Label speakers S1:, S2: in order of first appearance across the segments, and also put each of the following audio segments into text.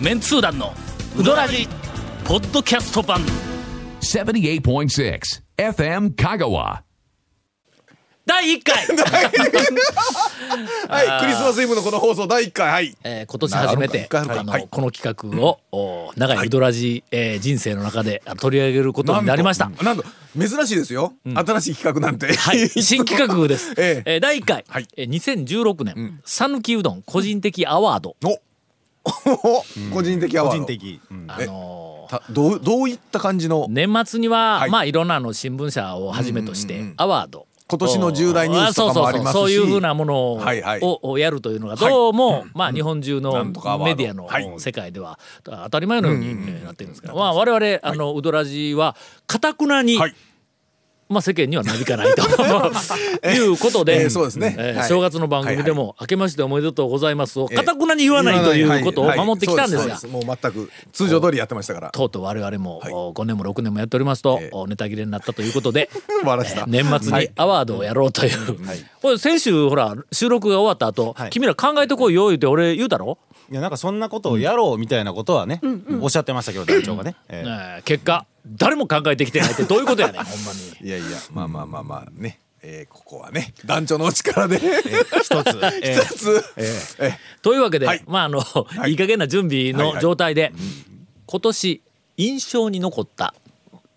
S1: メンツー団のウドラジポッドキャスト版
S2: 78.6 FM Kagawa.
S1: 第1回、
S3: はい、クリスマスイブのこの放送第1回、はい。
S1: えー今年初めて
S3: なるほど
S1: あの、
S3: はい
S1: この企画をお長いウドラジ、えー人生の中であ取り上げることになりました。
S3: なんと、なんと珍しいですよ。新しい企画なんて。
S1: はい、新企画です。え
S3: ええ
S1: ー第1回、
S3: はい
S1: えー2016年讃岐、ううどん個人的アワード、
S3: お個人的アワード。
S4: 個人的、
S1: あのー
S3: たどう、どういった感じの、
S1: 年末には、
S3: はい
S1: まあいろんなあの新聞社をはじめとして、アワード
S3: 今年の重大ニュースとかもありますし
S1: おそうそうそうそういうふうなものを,を、
S3: はいはい
S1: をやるというのがどうも、まあ、日本中の
S3: なんとかアワード
S1: メディアの
S3: はい
S1: 世界では当たり前のようにえーなってるんですけど、まあ、我々あの、ウドラジはかたくなに、
S3: はい
S1: まあ、世間にはなびかないということで,、
S3: えーそうですね
S1: えー
S3: はい
S1: 正月の番組でも、明けましておめでとうございます」をかたくなに言わないということを守ってきたんですが。
S3: はいはいそうもう全く通常通りやってましたから。
S1: とうとう我々も
S3: はい
S1: お5年も6年もやっておりますと
S3: ええ
S1: おネタ切れになったということで
S3: 笑わせた
S1: えー年末にアワードをやろうというこれ先週ほら収録が終わった後
S4: はい
S1: 君ら考えてこいよ言うて俺言うだろ
S4: いやなんかそんなことをやろうみたいなことはね、おっしゃってましたけど団長が ね、ええ
S1: えー結果誰も考えてきてないってどういうこと やねんほんまに。
S3: いやいや、まあまあまあまあね。えーここはね、団長のお力で。
S4: 一つ、ええ
S3: 一つ。え
S1: というわけで、
S3: はい
S1: まああの、い、
S3: い
S1: い加減な準備
S3: はい
S1: の
S3: はい
S1: 状態で、今年印象に残った、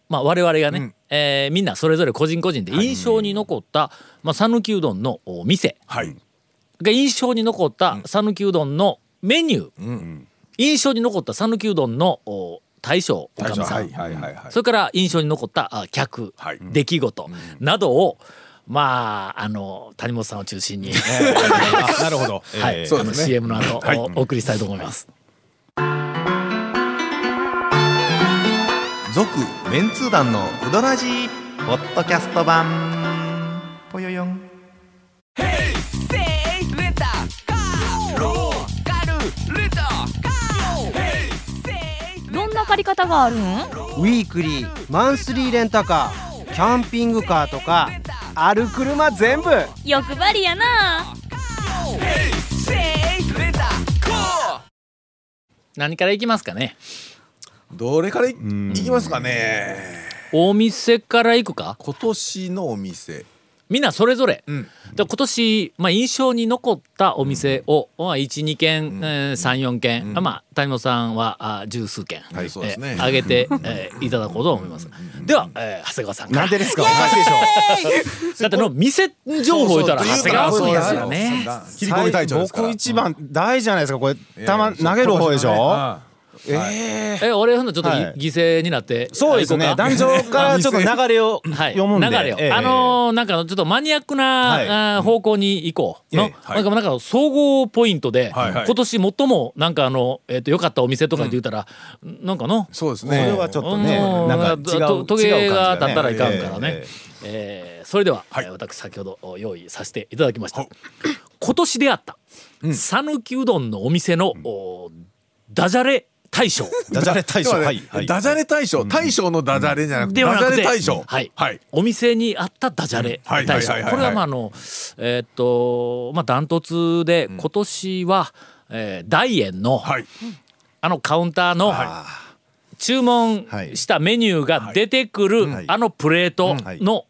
S1: まあ、我々がね、えーみんなそれぞれ個人個人で印象に残ったまあ讃岐、うどんのお店
S3: はい。
S1: が印象に残った讃岐うどんのメニュー、印象に残った讃岐うどんのお大将おかみさん、
S3: はいはいはいはい。
S1: それから印象に残ったあ客、
S3: はい
S1: 出来事などをまああの谷本さんを中 心に、
S4: あ なるほど、ええ
S1: はい、
S3: そう
S1: あの
S3: ですね
S1: CM の後、
S3: はい
S1: おお送りしたいと思います。
S4: 続
S5: メンツー団のウドラジーポッドキャスト版ぽよよん
S6: どんな借り方があるん
S7: ウィークリーマンスリーレンタカーキャンピングカーとかある車全部
S6: 欲張りやな
S1: 何からいきますかね
S3: どれからいいきますかね。
S1: お店から行くか
S3: 今年のお店。
S1: みんなそれぞれ、
S3: ん
S1: で今年、まあ、印象に残ったお店を、まあ、12軒、えー34軒、あまあ、谷本さんはあ十数軒、
S3: はいそうですね
S1: えー挙げて、えーいただこうと思いますでは、えー長谷川さんから
S4: なんでですかおかしいで しょ
S1: だっての店情報言ったら長谷川さんですよね
S3: 切り込み隊長ですから。
S4: 僕一番大じゃないですかこれ球投げる方でしょ、ええ
S1: え俺ほんのちょっと、
S4: はい
S1: 犠牲になって
S4: そうです
S1: あ
S4: ね
S1: 行こ
S4: 団長からちょっと流れを
S1: うかはい、
S4: 読むんで、
S1: 流れを、
S4: ええ
S1: あのーなんかのちょっとマニアックな、
S4: はい
S1: あー方向に行こうの、
S4: ええ
S3: は
S1: なん
S3: い
S1: かなんか総合ポイントで、
S3: はいはい
S1: 今年最もなんかあのえっ、と良かったお店とかって言ったら、なんかの
S3: そうです
S4: それ
S3: ね。
S4: はちょっとね、なんか違
S1: と
S4: う
S1: トゲが立ったらいかん
S4: 違う感じだね
S1: からね
S4: え。
S1: えーそれでは、
S3: はい
S1: えー私先ほどお用意させていただきました
S3: は。
S1: 今年出会った讃岐うどんのお店の、おダジャレ大賞
S4: えダジャレ大
S3: で
S4: 賞
S3: はね
S4: はい、はい、
S3: ダジャレ大賞、大賞のダジャレじゃなくて、
S1: ではな
S3: ダ
S1: くて
S3: ジャレ大賞。
S1: はい
S3: はい。
S1: お店にあったダジャレ
S3: はい
S1: 大賞
S3: はいはいはいは
S1: こ
S3: い
S1: れはまああのえーっとまあダントツで今年は、えー大円の、
S3: はい。
S1: あのカウンターの注文したメニューが出てくる
S4: い
S1: あのプレート
S4: はい
S1: の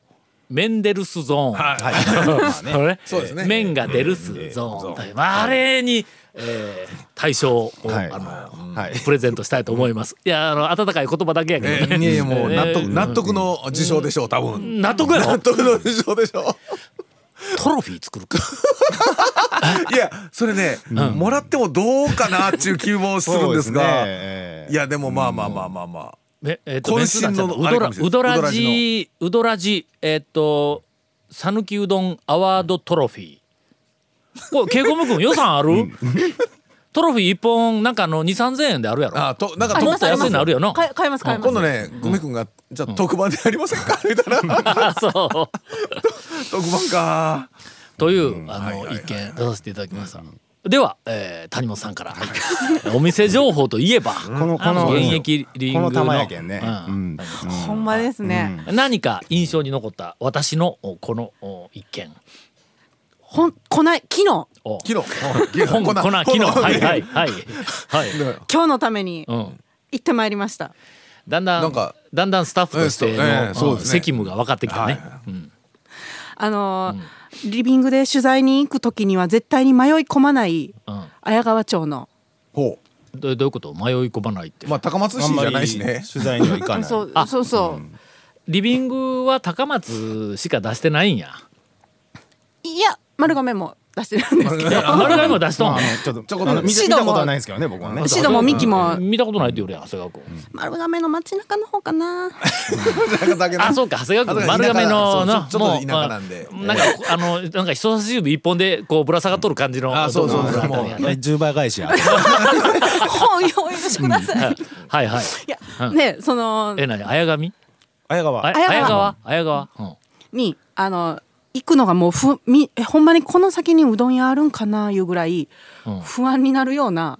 S1: メンデルスゾーン。
S3: はい。
S4: はいまあ
S1: こ
S4: ね
S1: れ
S3: そうですね
S1: 麺が出るスゾーンという、まあ、あれに、えー、大賞を、
S4: はい
S1: あの、
S4: はい
S1: プレゼントしたいと思います。いやあの温かい言葉だけやけ
S3: え
S1: どね。
S3: ーいやもう納
S1: え
S3: 得
S1: ー
S3: 納得の受賞でしょう多分。
S1: 納得やろ
S3: 納得の受賞でしょ
S1: トロフィー作るか。
S3: う。いやそれね、もらってもどうかなっていう気もするんです
S4: そう
S3: が、
S4: ねええ
S3: いやでもまあまあまあまあまあ。
S1: ねえっ、と、
S3: 渾
S1: メンツ団
S3: 身
S1: ちゃ
S3: の
S1: んのウ
S3: あ
S1: ド
S3: れか
S1: ラ
S3: もしれない
S1: ウドラジウドラジえっ、と讃岐うどんアワードトロフィー。これケイコム君予算ある？トロフィー一本なんかあの二三千円であるやろ。
S3: あとなんか
S6: あり
S1: も
S6: ま
S1: っ
S6: す
S1: と安いのあるよな。
S6: 買え買えます買えま
S3: 今
S6: す
S3: 度ねごめくんがじゃあ特番でやりませんかみたいな
S1: あ そう。
S3: 特番か。
S1: という、あの、意見出させていただきました。では、えー、谷本さんから、 お店情報といえば、
S4: このこの
S1: 現役リングの
S4: この玉やけんね
S1: うん
S4: うん
S1: 谷本さん
S6: ほんまですね、
S1: 何か印象に残った私のおこのお一件
S8: ほんこない昨日今
S1: お
S3: 昨日。
S1: 本粉昨日はいはいはいはい、
S8: 日のために
S1: うん、
S8: 行ってまいりました
S1: だんだん
S3: なんか
S1: だんだんスタッフとしての、
S3: ええそうですね
S1: 責務が分かってきたね、うん、
S8: あのーリビングで取材に行く時には絶対に迷い込まない
S1: うん
S8: 綾川町の
S3: ほ
S1: どどういうこと迷い込まないって、
S3: う。まあ、高松市じゃないしね。
S4: 取材には行か
S8: あ
S4: ない
S8: そう
S1: あ
S8: そうそう、
S1: リビングは高松しか出してないんや
S8: いや丸亀も出してるんですけど
S1: 丸亀も出しとん、
S4: まああのちょっと
S3: ちょこっと
S4: あの見た
S8: シ
S4: 見
S8: ドも
S4: たことはないですけどね僕はね
S8: シドもミキも
S1: 見たことないって言うよ長谷川君、
S8: 丸亀の街中の方かな
S3: だけど
S1: あそうか長谷川君
S3: 長
S1: 丸
S3: 谷
S1: 亀の
S3: 川
S1: な
S3: そうちょちょっと田舎なんで
S1: もうまあなんかあのなんか人差し指一本でこうぶら下がっとる感じの
S3: あそうそうそう
S1: 男の子だったんや
S4: え10倍返しや
S8: 本をお許しください、い
S1: はいはい
S8: やねその
S1: えなに綾波
S4: 綾川
S1: あ
S8: 綾川
S1: 綾川綾川うん
S8: にあの行くのがもうふみえほんまにこの先にうどん屋あるんかないうぐらい
S1: うん
S8: 不安になるような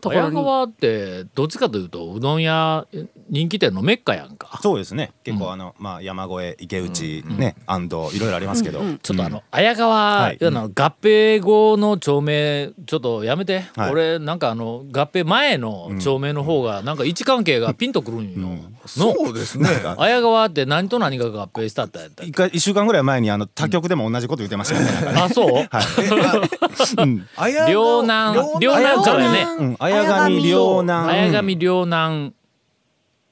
S8: ところ
S1: 綾
S8: に、
S1: 川ってどっちかというとうどん屋人気店のメッカやんか
S4: そうですね結構あの、まあ、山越え池内ね安藤いろいろありますけど、
S1: ちょっとあの綾川
S4: はい
S1: いうのは合併後の町名ちょっとやめて
S4: はい
S1: 俺なんかあの合併前の町名の方がなんか位置関係がピンとくるんよの
S3: そうですね。
S1: 綾川って何と何かが合併したってやったっ
S4: 一
S1: け
S4: 回一週間ぐらい前にあの他局でも同じこと言ってましたねなんかね。
S1: あ そう
S3: あや
S1: 両南両南からやね
S4: うん、綾
S8: 綾
S4: 上
S8: 上
S4: 両
S1: 綾
S4: 南
S1: 上両南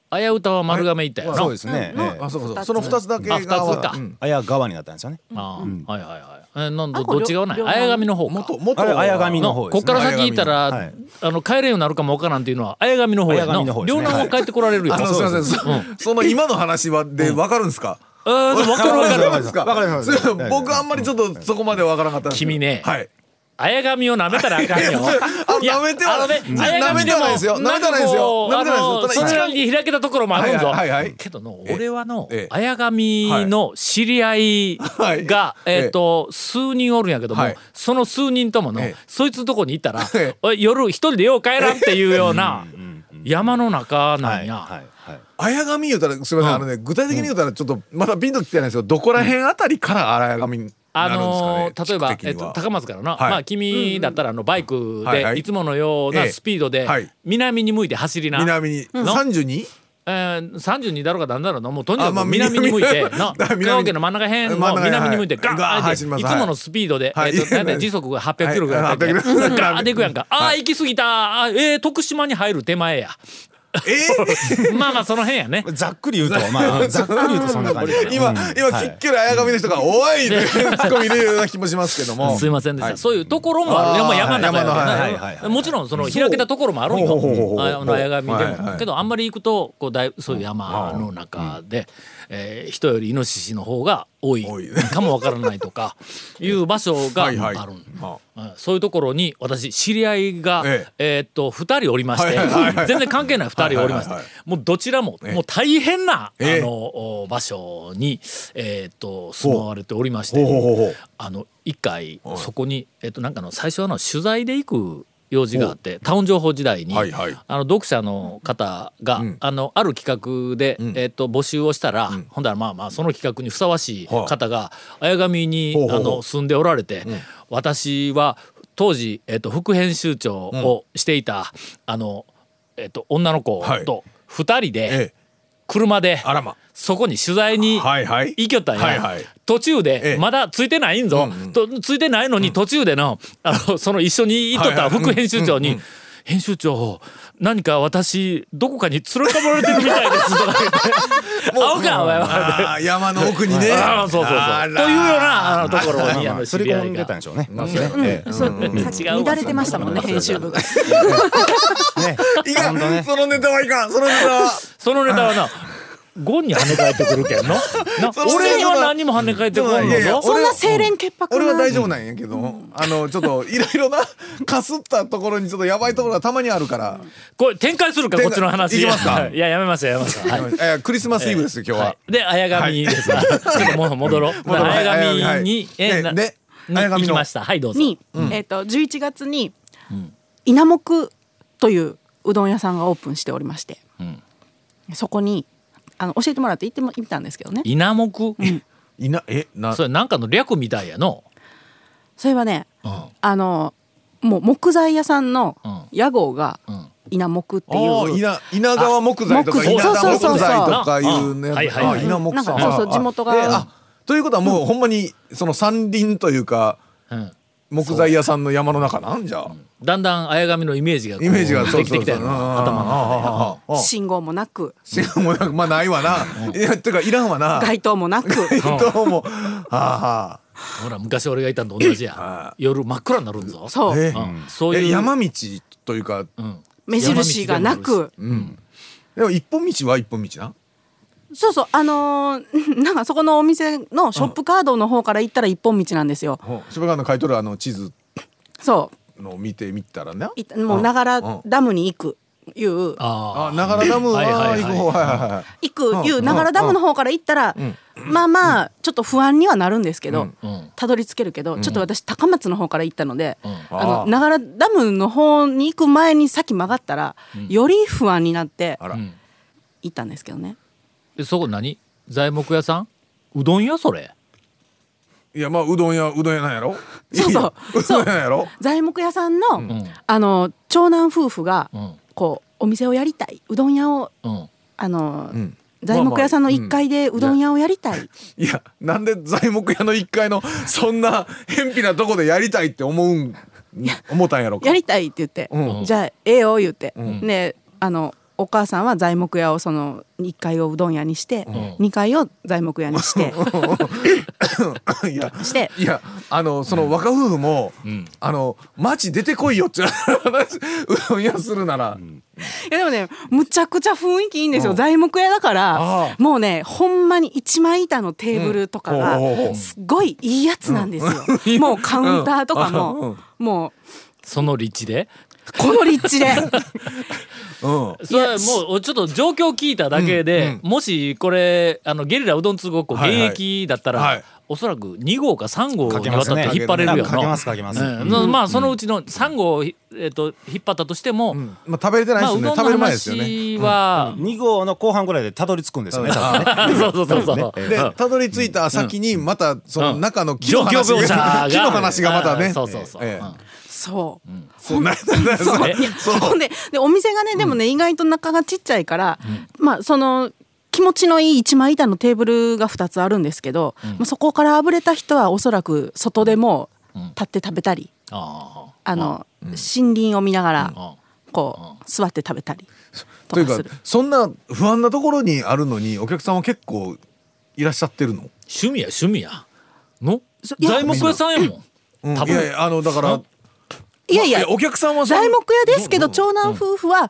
S1: 綾歌は丸亀行ったよな
S4: そうですね、ええ
S3: あ、そうそう。その二つだけが。
S1: あ二つか
S3: うん
S4: 綾川になったんですよね
S1: ああはいはいはいえなんど
S8: あこれ
S1: どっち側ない
S8: 両南
S1: 綾上の方か
S3: 元、元
S4: あれ
S3: は。
S4: 綾上の方
S1: の
S4: で
S1: こっ
S4: すね
S1: から先行ったら、
S4: はい
S1: あの帰れんようになるかもわからんっていうのは綾上の方や
S4: 綾
S1: の
S4: 上の方です
S1: 両
S4: ね
S1: 南は帰ってこられるよ、
S3: あの、すみません。そその今の話は、で、わかるんですか。
S1: うんそうわかるわ かる
S4: わかるわかるわかる
S3: すいません僕あんまりちょっとそこまでわからなかったんですけど
S1: 君ね
S3: はい
S1: 綾上を舐めたらあかんよ
S3: あ
S1: いや
S3: 舐めては
S1: あのね
S3: うん
S1: 綾上
S3: 舐めてはないですよ
S1: もんか
S3: 舐めてはないですよ
S1: こう
S3: 舐めてはないですよ
S1: あの
S3: ただ
S1: そ
S3: 一
S1: れ
S3: 応
S1: なりに開けたところもあるんぞ、
S3: はいはいはい
S1: けどの
S3: え
S1: 俺はの
S3: ええ
S1: 綾上の知り合い
S3: はい
S1: が、
S3: ええ
S1: えっ、と数人おるんやけども、
S3: はい
S1: その数人ともの、
S3: ええ
S1: そいつのとこに行ったら、
S3: ええ
S1: おい夜一人でよう帰らんっていうような山の中なんや、
S4: はいはい
S3: 綾上言うたらすみません、あのね具体的に言うたらちょっとまだピンときてないんですよどこら辺あたりから綾上になるんですか
S1: あ
S3: ね、
S1: のー例え
S3: 地
S1: ば
S3: 区、的
S1: えっ
S3: には
S1: と、高松からな、
S3: はい
S1: まあ君だったらあのバイク
S3: はいは
S1: で
S3: い
S1: いつものような
S3: ええ
S1: スピードで
S3: はい
S1: 南に向いて走りな、
S3: 南に、32?
S1: えー、32だろうか何だろうなもうとにか
S3: あまあ
S1: く南に向いて な
S3: 南
S1: 香川県の真ん中辺
S3: 真
S1: の
S3: ん中辺
S1: 南に向いてガ
S3: はい
S1: ー
S3: ガー
S1: ッ
S3: 走りま
S1: て
S3: す
S1: いつものスピードで、
S3: はい
S1: えっと
S3: は
S1: 大
S3: い
S1: 体時速が800キロぐらいだっけ
S3: はい800
S1: ガーッていくやんか、ああー行き過ぎたあーえー、徳島に入る手前や
S3: え
S1: まあまあその辺やね
S4: ざっくり言うとまあざっくり言うとそんな感じ
S3: ー、 今、今きっきり綾上の人が「おい!」ってツッコミ入れるような気もしますけども
S1: すいませんでした、そういうところもある
S3: あー
S1: 山山の中やからな
S3: 山のはい
S4: はいはい
S1: もちろんその開けたところもあるんよ
S3: ほうほうほうほう
S1: ああの綾波でも、
S3: はいはい
S1: けどあんまり行くとこうだいそういう山の中で、えー人よりイノシシの方が多い
S3: 多い
S1: かもわからないと かいう場所があ
S3: は
S1: る
S3: い
S1: ん、
S3: はいあ
S1: うんそういうところに私知り合いが、え
S3: え
S1: ーっと2人おりまして、
S3: はいはいはい
S1: 全然関係ない2人おりまして、
S3: はいはいはい
S1: もうどちらも、もう大変な、
S3: ええ
S1: あのお場所に、えーっと住まわれておりまして。
S3: ほうほうほうほう
S1: あの一回そこに、えっと、なんかの最初はあの取材で行く用事があってタウン情報時代に、
S3: はいはい
S1: あの読者の方が、
S3: うん
S1: あのある企画で、えっと、募集をしたら、ほんだらまあまあその企画にふさわしい
S3: はい
S1: 方が綾上に、
S3: ほうほうほう
S1: あの住んでおられて、私は当時、えっと、副編集長をしていた、あのえっと、女の子
S3: はい
S1: と2人で
S3: ええ
S1: 車で、
S3: あらま
S1: そこに取材に
S3: はいはい
S1: 行きよったんや、
S3: はいはい
S1: 途中
S3: え
S1: で
S3: え
S1: まだついてないんぞ、とついてないのに途中での,、あのその一緒に行っとった
S3: はいはい
S1: 副編集長に「編集長何か私どこかに連れ込まれてるみたいです」とか言って「 青かお前は」
S3: あー山の奥に ね
S1: あーそうそう
S3: あ
S1: そう
S3: ら
S1: というようなあのところにあ
S4: ま
S1: の
S4: あ
S1: 知
S4: すり
S1: り合
S4: 込
S1: い
S4: んでたん
S1: が
S4: でしょうね。
S1: そうやね
S4: ええ
S8: そうさっき乱れてましたもんね編集部が
S4: ね
S3: いかん、そのネタはいかんそのネタは
S1: そのネタはなゴンに跳ね返ってくるけん のな
S3: そう
S1: 俺には
S3: そう
S1: 何にも跳ね返ってこんのぞ
S3: いやいや
S8: そんな清廉潔白
S3: 俺
S8: な
S3: は大丈夫なんやけど、あのちょっといろいろなかすったところにちょっとやばいところがたまにあるから、
S1: これ展開するかこっちの話
S3: 展開いきますか
S1: いややめますよやめますよはい
S3: えークリスマスイブですよ、今日は。
S1: い、で綾上です、がちょっと もう戻ろう
S3: 戻ろう
S1: 綾上に、
S3: はい
S1: え
S3: ね
S1: な
S3: で
S1: に
S3: 綾上の
S1: 行きましたはいどうぞ
S8: に、えっ、と11月に、稲木といううどん屋さんがオープンしておりまして、そこにあの教えてもらって行っても行ったんですけどね
S1: 稲目、
S3: いなえな
S1: それなんかの略みたいやの
S8: それはね
S1: うん
S8: あのもう木材屋さんの
S1: うん
S8: 屋号が
S1: うん
S8: 稲木っていう、
S3: ああ稲稲川木材とか
S8: あ
S3: 稲田
S8: そう
S3: 木
S8: そうそうそう
S3: 材とかいうね。
S1: あはいはいはい
S3: あ稲木
S8: なん
S3: さん。
S8: かそうそう地元が
S3: えあということはもうほんまにその山林というか
S1: うん
S3: 木材屋さんの山の中なんじゃ。
S1: だんだん綾神のイメージがこう
S3: イメージがそう
S1: でき
S3: そ
S1: て
S3: う
S1: き
S3: そ
S1: た
S3: う。
S1: よな
S3: うん
S1: 頭の中で
S3: ああああああ
S8: 信号もなく
S3: 信号もなくまあないわな。いやてかいらんわな。
S8: 街灯 もなく
S3: どうも。あ
S1: ほら昔俺がいたのと同じや夜真っ暗になるんぞ
S8: そう
S3: あ。え
S1: うん
S3: え
S1: そういう
S3: 山道というか。
S1: うん
S8: 目印がなく
S3: でも一本道は一本道な。
S8: そうそうあのー なんかそこのお店のショップカードの方から行ったら一本道なんですよ、
S3: 渋川の書いとるあの地図
S8: そう
S3: のを見てみたらね。
S8: いもう長良ダムに行くいう
S1: あ
S3: あ長良ダムは
S1: はいはいはい
S3: 行く方はいはいはい。
S8: 行くいう長良ダムの方から行ったら、まあまあちょっと不安にはなるんですけど、
S1: あうん
S8: たどり着けるけど、ちょっと私高松の方から行ったので、
S1: ん
S8: あの
S3: あー
S8: 長良ダムの方に行く前に先曲がったら、より不安になって
S3: あら、
S1: ん
S8: 行ったんですけどね
S1: でそこ何材木屋さんうどんやそれ
S3: いやまあうどん屋うどん屋なんやろ
S8: そうそう
S3: いや
S8: そう
S3: うどん屋なんやろ
S8: 材木屋さんの,、
S1: ん
S8: あの長男夫婦が、
S1: うん
S8: こうお店をやりたいうどん屋を
S1: うん
S8: あの、
S3: ん
S8: 材木屋さんの1階でうどん屋をやりたい、
S3: いやなんで材木屋の1階のそんな偏僻なとこでやりたいって思うん思ったんやろか
S8: やりたいって言って、
S3: う
S8: じゃあええよ言って、であのお母さんは材木屋をその1階をうどん屋にして、2階を材木屋にして、
S3: いや
S8: して
S3: いやあのその若夫婦も、あの町出てこいよって 話うどん屋するなら、
S8: いやでもねむちゃくちゃ雰囲気いいんですよ、材木屋だから
S3: あ
S8: もうねほんまに一枚板のテーブルとかが
S3: うんおうおうおう
S8: すっごいいいやつなんですよ、もうカウンターとかも、もう
S1: その立地で
S8: この立 地で
S3: うん
S1: それはもうちょっと状況聞いただけで、もしこれあのゲリラうどん通ごっこ現
S3: はいはい
S1: 役だったら、
S3: はい
S1: おそらく2号か3号
S4: かけ
S1: に
S4: ま
S1: わ
S4: す
S1: たって
S4: ね
S1: 引っ張れるやろ
S4: かけますかけます
S1: うんまあそのうちの3号を、えっと引っ張ったとしても、
S3: まあ、食べれてない
S1: まあ
S3: です
S1: う
S3: ね、
S1: どん
S3: 食べ
S1: の
S3: る前ですよね
S1: 話は、
S4: 2号の後半ぐらいでたどり着くんですよね。多分 ね
S1: そうそうそうそう、
S3: でたどり着いた先にまたその中の木
S1: 状
S3: の
S1: 況
S3: 話
S1: 描写
S3: が
S1: が
S3: 木の話がまた
S1: う
S3: ね
S1: んそうそうそう、
S3: え
S1: う
S3: え
S1: ん
S8: そう。
S3: そうなな な
S8: そう
S3: そう
S8: いやほ んででお店がねでもね、意外と中がちっちゃいから、まあその気持ちのいい一枚板のテーブルが2つあるんですけど、まあ、そこからあぶれた人はおそらく外でも立って食べたり、
S1: あ
S8: あの、森林を見ながら、
S1: あ
S8: こう座って食べたりと
S3: とい
S8: かす
S3: う
S8: る
S3: か。そんな不安なところにあるのにお客さんは結構いらっしゃってるの、
S1: 趣味や趣味やの
S8: いや
S1: 材木屋さんやもん、
S3: うん、
S1: 多
S3: い
S1: 分
S3: やいやあのだから
S8: いやいや
S3: えお客さんはそん
S8: 材木屋ですけど
S3: ど
S8: 長男夫婦は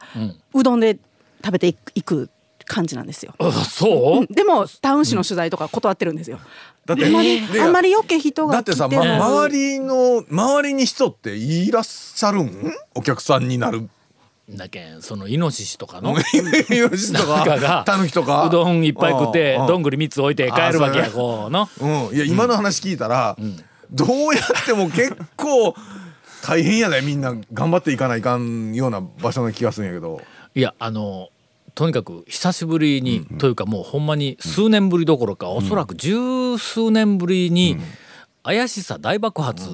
S8: うどんで食べていくいく感じなんですよ。
S1: あそう、
S8: でもタウン市の取材とか断ってるんですよ。
S3: だって
S8: あんまり
S3: で
S8: あんまり余計
S3: だ
S8: 人が
S3: っ
S8: 来
S3: てさ、
S8: て
S3: ま、
S8: ない
S3: 周りの周りに人っていらっしゃるんお客さんに なる
S1: だけんそのイノシシとかの
S3: ヨシと
S1: 中が
S3: か タヌキとか
S1: うどんいっぱい食って
S3: うんうん
S1: どんぐり3つ置いて帰るわけ
S3: あ
S1: や
S3: ー
S1: こうの
S3: うんいや今の話聞いたら、どうやっても結構大変やねみんな頑張っていかないかんような場所な気がするんやけど
S1: いやあのとにかく久しぶりに、というかもうほんまに数年ぶりどころか、おそらく十数年ぶりに、怪しさ大爆発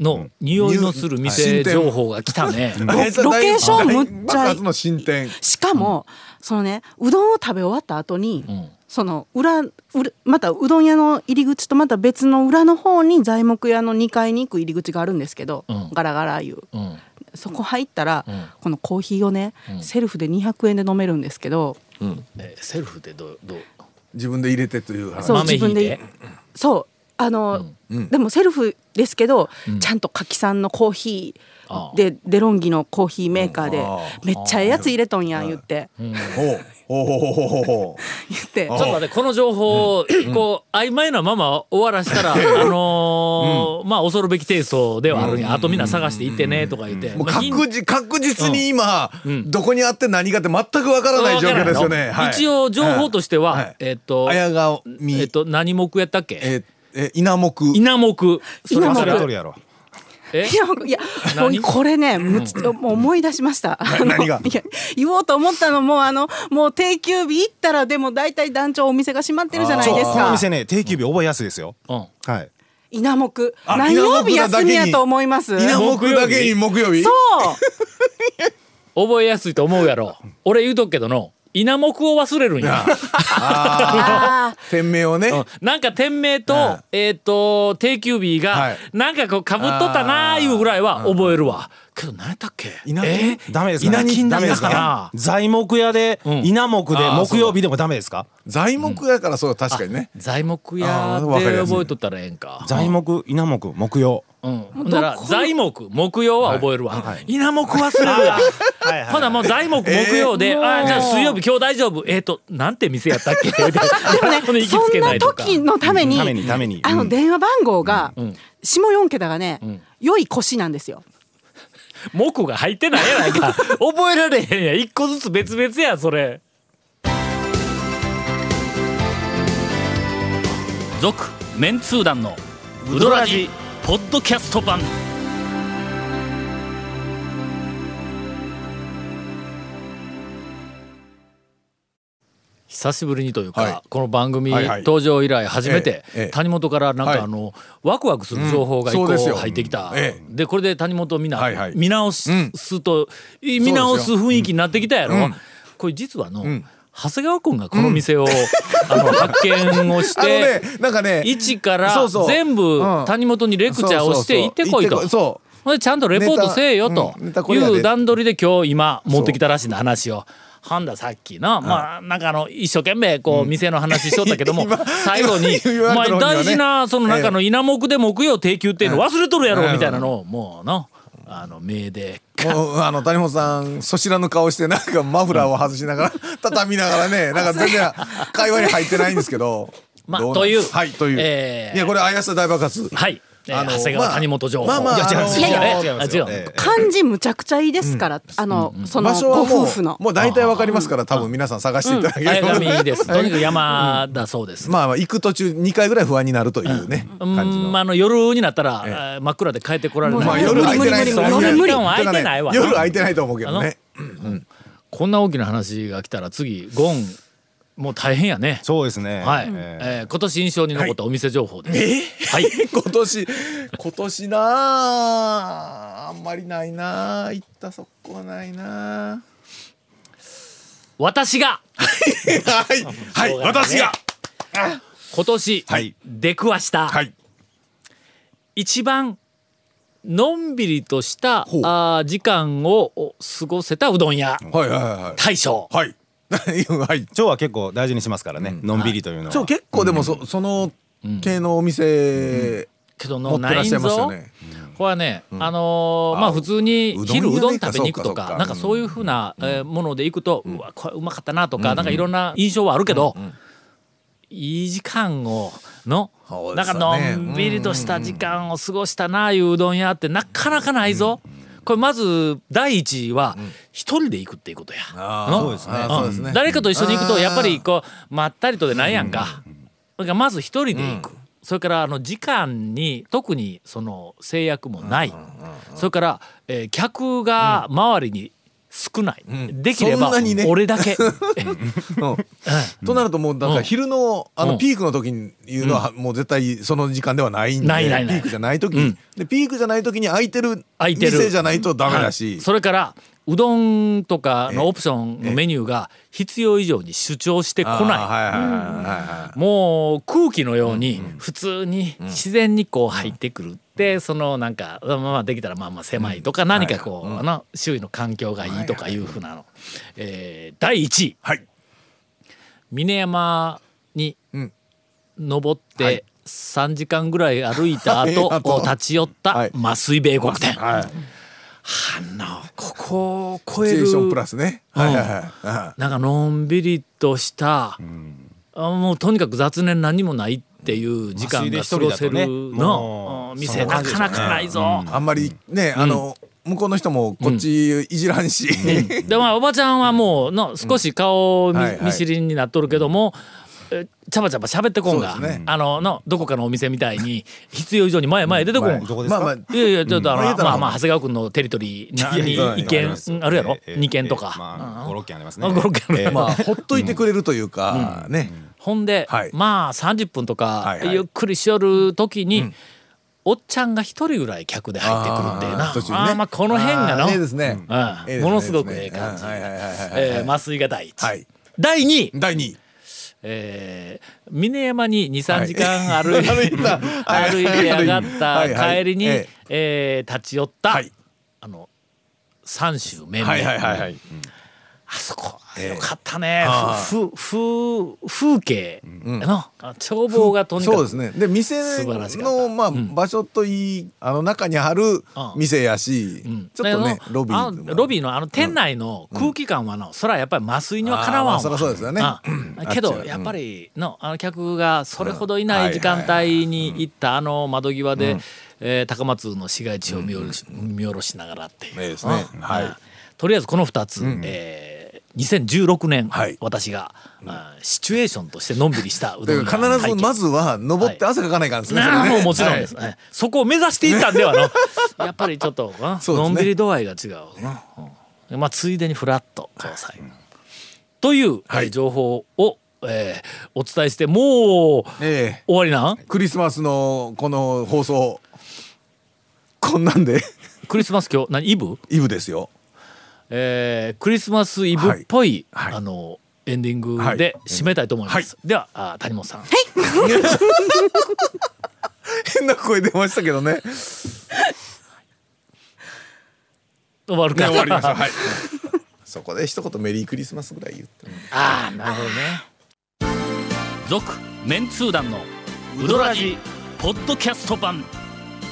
S1: の匂いのする店情報が来たね。
S8: ロケーションむっちゃい
S3: 大
S8: い
S3: 爆発の進展
S8: しかも、そのねうどんを食べ終わった後に、
S1: ん
S8: その裏うるまたうどん屋の入り口とまた別の裏の方に材木屋の2階に行く入り口があるんですけど、
S1: ん
S8: ガラガラいう
S1: うん
S8: そこ入ったら、このコーヒーをね、セルフで200円で飲めるんですけど、
S1: えセルフでどうどう
S3: 自分で入れてという話
S8: そう
S1: 豆
S8: 自
S1: 引
S8: 分
S1: い
S8: で
S1: て
S8: そうあの、でもセルフですけど、ちゃんと柿さんのコーヒ
S1: ああ
S8: ーでデロンギのコーヒーメーカーで、
S3: うんああ
S8: めっちゃええやつ入れとんやん言って、
S3: ほうほうほうほうほうほ
S8: 言って
S1: ちょっと待ってこの情報をこう曖昧なまま終わらしたらあのーまあ恐るべき提訴ではあるんやあとみんな探していってねとか言って
S3: うもう
S1: まあヒン
S3: 確実確実に今、
S1: ん
S3: どこにあって何かって全くわからない状況ですよね、はい
S1: 一応情報としては、
S3: はい
S1: えっと、
S3: 綾川
S1: えっと何目やったっけ、
S3: ええ稲木
S1: 稲目それ
S8: 稲
S1: は
S8: 目
S1: そ
S4: 忘
S1: れ
S4: れ
S1: は
S4: とるやろ。
S1: え
S8: いやいやも
S1: 何
S8: うこれねむつ、もう思い出しました。あの
S3: 何が
S8: いや言おうと思ったのもうあのもう定休日行ったらでも大体団長お店が閉まってるじゃないです
S4: この
S8: か。
S4: 店ね定休日覚えやすいですよ。
S1: うん
S4: はい。
S8: 稲目
S3: あ
S8: 何曜日
S3: 稲目だ
S8: 休
S3: けに
S8: みやと思います
S3: 稲木だけに木曜日
S8: そう
S1: 覚えやすいと思うやろ俺言うとくけどの稲目を忘れるんや
S3: なああー店名をね、
S1: うんなんか店名と、
S3: うん
S1: えっ、と定休日が、
S3: はい
S1: なんかこうかぶっとったなーいうぐらいは覚えるわ、けど何やったっけ
S3: 稲木
S1: えー
S4: ダメですか
S1: 稲金
S4: ダ
S1: だ
S4: メです
S1: か
S4: か
S1: な
S4: 材木屋で
S1: ん
S4: 稲木で
S1: あー
S4: 木曜日でもダメですか
S3: 材木やからそう確かにね
S1: 材木
S3: あ
S1: 屋
S3: ーわかり
S1: で
S3: やすい
S1: 覚えとったらええんか
S4: 材木稲木木曜
S1: うん、ほんなら材木木曜は覚えるわ、稲木忘れるわ
S4: はい
S1: ほなもう材木木曜で、あーじゃあ水曜日今日大丈夫えっ、となんて店やったっけで
S8: でもねそんな時のために
S4: ためにために
S8: あの電話番号が
S1: ん
S8: 下4桁がね、良い腰なんですよ。
S1: 木が入ってないやない か覚えられへんや一個ずつ別々やそれ続メンツー団のウドラジポッドキャスト版久しぶりにというか、
S3: はい
S1: この番組
S3: はいはい
S1: 登場以来初めて、
S3: ええええ
S1: 谷本からなん
S3: はい
S1: かあの、ワクワクする情報が一個
S3: うんそうですよ
S1: 入ってきた、
S3: ええ
S1: でこれで谷本みんな
S3: はいはい
S1: 見直す,、
S3: うん
S1: とい見直す雰囲気になってきたやろ、
S3: うん
S1: これ実はの、
S3: ん
S1: 長谷川君がこの店を、あの発見をし
S3: あの
S1: て、
S3: ねなんかね
S1: 一から
S3: そうそう
S1: 全部
S3: うん
S1: 谷本にレクチャーをして行ってこい
S3: 行
S1: と
S3: って。そう
S1: ほんでちゃんとレポートせえよ
S3: ネタ
S1: と
S3: うんネタこれやで
S1: いう段取りで今日今持ってきたらしいんだ話を。ほんださっきな、まあなんかあの一生懸命こう店の話しとったけども、最後に
S3: 今言わ
S1: ま
S3: れ
S1: あ
S3: たのにはね
S1: 大事なその中の稲目で木曜定休っていうの忘れとるやろみたいなのをもうなあの目で
S3: もうあの谷本さんそちらの顔してなんかマフラーを外 しながら畳みながらねなんか全然会話に入ってないんですけど
S1: まあ
S3: どなん
S1: という
S3: はいという、
S1: えー
S3: いやこれ怪しさ大爆発
S1: はい、えー
S3: あの
S1: 長谷川
S3: まあ
S1: 谷本情報、
S3: まあまあ
S1: いや
S3: あ
S1: 違
S3: の
S1: う違う
S8: いやい
S4: や違います
S1: 違う
S4: よ
S1: 違う
S4: ええ
S8: 漢字むちゃくちゃいいですから、あの、その
S3: 場所
S8: ご
S3: はも
S8: 夫婦の
S3: うもう大体わかりますから多分皆さん探していただければ、
S1: 綾波ですとにかく山だそうです、
S3: まあまあ行く途中2回ぐらい不安になるというね、
S1: うん
S3: 感じの。
S1: まあ、あの夜になったら、
S3: ええ
S1: あー真っ暗で帰ってこられない、
S8: まあ
S3: 夜
S8: 無
S3: 空
S8: 理
S3: い
S8: 無
S3: て
S8: 理
S3: ない
S8: 無理無理無理無理
S1: 夜は空いてないわ
S3: 夜空いてないと思うけどね。
S1: こんな大きな話が来たら次ゴンもう大変やね
S4: そうですね
S1: はい、
S4: えー
S1: えー今年印象に残ったお店情報です、はい
S3: 今年今年なああんまりないなあ行ったそこはないな
S1: 私が
S3: あはいはい、
S1: そうだね
S3: 私が
S1: 今年、
S3: はい
S1: 出くわした、
S3: はい
S1: 一番のんびりとした
S3: ほう
S1: あー時間をお過ごせたうどん屋
S3: はいはいは
S1: 大将
S3: いはい はい
S4: 腸は結構大事にしますからねのんびりというの
S3: ちょ
S4: は
S3: 結構でもそ,、その系のお店、
S1: けど
S3: 持
S1: の
S3: っ
S1: な
S3: てらっ
S1: いん
S3: しゃいますよ
S1: ぞ、
S3: ね
S1: これはね、あのーまあ
S3: あ
S1: 普通に
S3: うどん屋
S1: 昼
S3: ね
S1: うどん食べに行くと
S3: そう
S1: か
S3: かそうか
S1: なんかそういうふうな、えーもので行くと、うわこれうまかったなとか、なんかいろんな印象はあるけど、いい時間をの、
S3: そうで
S1: なん
S3: す
S1: か
S3: よね
S1: のんびりとした時間を過ごしたなあいううどん屋ってなかなかないぞ。これまず第一位は一人で行くっていうことや。
S3: あ
S1: の
S3: そうですね
S1: ん
S3: そうですね
S1: 誰かと一緒に行くとやっぱりこうまったりとでないやんか。だからまず一人で行く、それからあの時間に特にその制約もない、それから、えー客が周りに少ない、
S3: ん
S1: できれば
S3: そんなにね
S1: 俺だ け、
S3: うん、となるともうだから昼のあ
S1: うん
S3: のピークの時にいうのはもう絶対その時間ではないんで
S1: ないないない
S3: ピークじゃない時
S1: うん
S3: にでピークじゃない時に空いてる
S1: 空いてる
S3: 店じゃないとダメだ
S1: はい
S3: し
S1: それからうどんとかのオプションのメニューが必要以上に主張してこ
S3: あー
S1: ない。
S3: はいはいはいはいはい
S1: もう空気のように普通に自然にこう入ってくるってそのなんかまあまあできたらまあまあ狭いとか何かこうあの周囲の環境がいいとかいうふうなのえー第1位
S3: はい
S1: 峰山に
S3: うん
S1: 登って3時間ぐらい歩い た後
S3: はいあと
S1: こう立ち寄った
S3: はい
S1: 麻酔米国店あ
S3: はい
S1: のここを超
S3: シ
S1: え
S3: チュエー
S1: る
S3: ションプラスねはいはいはいは
S1: なんかのんびりとした、あもうとにかく雑念何もないっていう時間が過ごせる
S4: ま
S1: の、
S4: あそれで一人だとねもう
S1: うん店
S4: そん
S1: な
S4: な感じで
S1: か
S4: しょうね
S1: なかないぞ。
S3: いあんまりねあの向こうの人もこっちいじらんし
S1: でまあおばちゃんはもうの少し顔を見,、
S3: はいはい
S1: 見知りになっとるけども。えちゃばちゃば喋ってこんが、
S3: そうですね
S1: あののどこかのお店みたいに必要以上に前へ前へ出てこんが、
S4: どこです
S3: ま
S4: か
S3: あまあ
S1: いやいやちょっとあの、
S3: うんまあ言うたら
S1: まあまあ長谷川君のテリトリーない
S4: や いや
S1: に一
S4: いや
S1: 軒
S4: ますよ
S1: あるやろ、
S4: ええ
S1: 二軒とか、
S4: ええまあ
S1: うん
S4: 五六軒ありますね
S1: あ五六軒ある
S4: ええ
S3: まあほっといてくれるというかね
S1: ほんで、
S3: はい
S1: まあ30分とか
S3: はいはい
S1: ゆっくりしよる時に、おっちゃんが一人ぐらい客で入ってくるんでな
S3: あー途中ね
S1: あーまあこの辺が
S3: あ
S1: の
S3: ーええですね
S1: うん
S3: ええですね
S1: ものすごくええ感じ
S3: はいはいはいはいはい
S1: えー麻酔が第一、
S3: はい
S1: 第二位、
S3: 第2位
S1: えー、峰山に23時間歩い,、
S3: はい
S1: 歩い
S3: た
S1: て上がった
S3: はいはい
S1: 帰りに、
S3: え
S1: えー立ち寄った、
S3: はい
S1: あの三州め々、
S3: はいはいはいはい
S1: あそこ
S3: ええ
S1: よかったね、
S3: あ
S1: ふふ風風景の、あ眺望がとにかく
S3: そうですねで店
S1: 素晴らしかった
S3: の、まあ場所といいあの中にある店やし、
S1: うん
S3: ちょっとね
S1: あの
S3: ロビー
S1: あのロビーのあの店内の空気感はの、それはやっぱり麻酔にはかなわんわ、
S3: あーまあそりゃそうですよね
S1: あ
S3: うん
S1: け
S3: あっち
S1: ど
S3: は
S1: やっぱりのあの客がそれほどいない時間帯に行ったあの窓際で、えー高松の市街地を見下ろし,、見下ろしながらっていう、
S3: ええですね
S1: うん
S3: はい
S1: とりあえずこの2つ、えー2016年、
S3: はい
S1: 私が、あーシチュエーションとしてのんびりしたうどん
S3: だ
S1: 屋
S3: から必
S1: 体
S3: ず
S1: 験
S3: まずは登って汗かかないからですね,それ
S1: なあ
S3: ね、
S1: もうもちろんです、はいそこを目指していったんではの やっぱりちょっとな
S3: そうです
S1: の
S3: ね
S1: んびり度合いが違うな、うんまあついでにフラッと交際、という、
S3: はい
S1: えー情報を、えーお伝えしてもう
S3: はいえ
S1: 終わりなん
S3: えクリスマスのこの放送こんなんで
S1: クリスマス今日何イブ、
S3: イブですよ
S1: えークリスマスイブっぽい、
S3: はいはい
S1: あのエンディング
S3: はい
S1: で締めたいと思います、ではあー谷本さん、
S3: 変な声出ましたけどね
S1: 終わる
S3: ね
S1: か
S3: 終わりました
S1: あ
S3: はいそこで一言メリークリスマスぐらい言って
S1: あーなるほどね続メンツー団のウドラジポッドキャスト版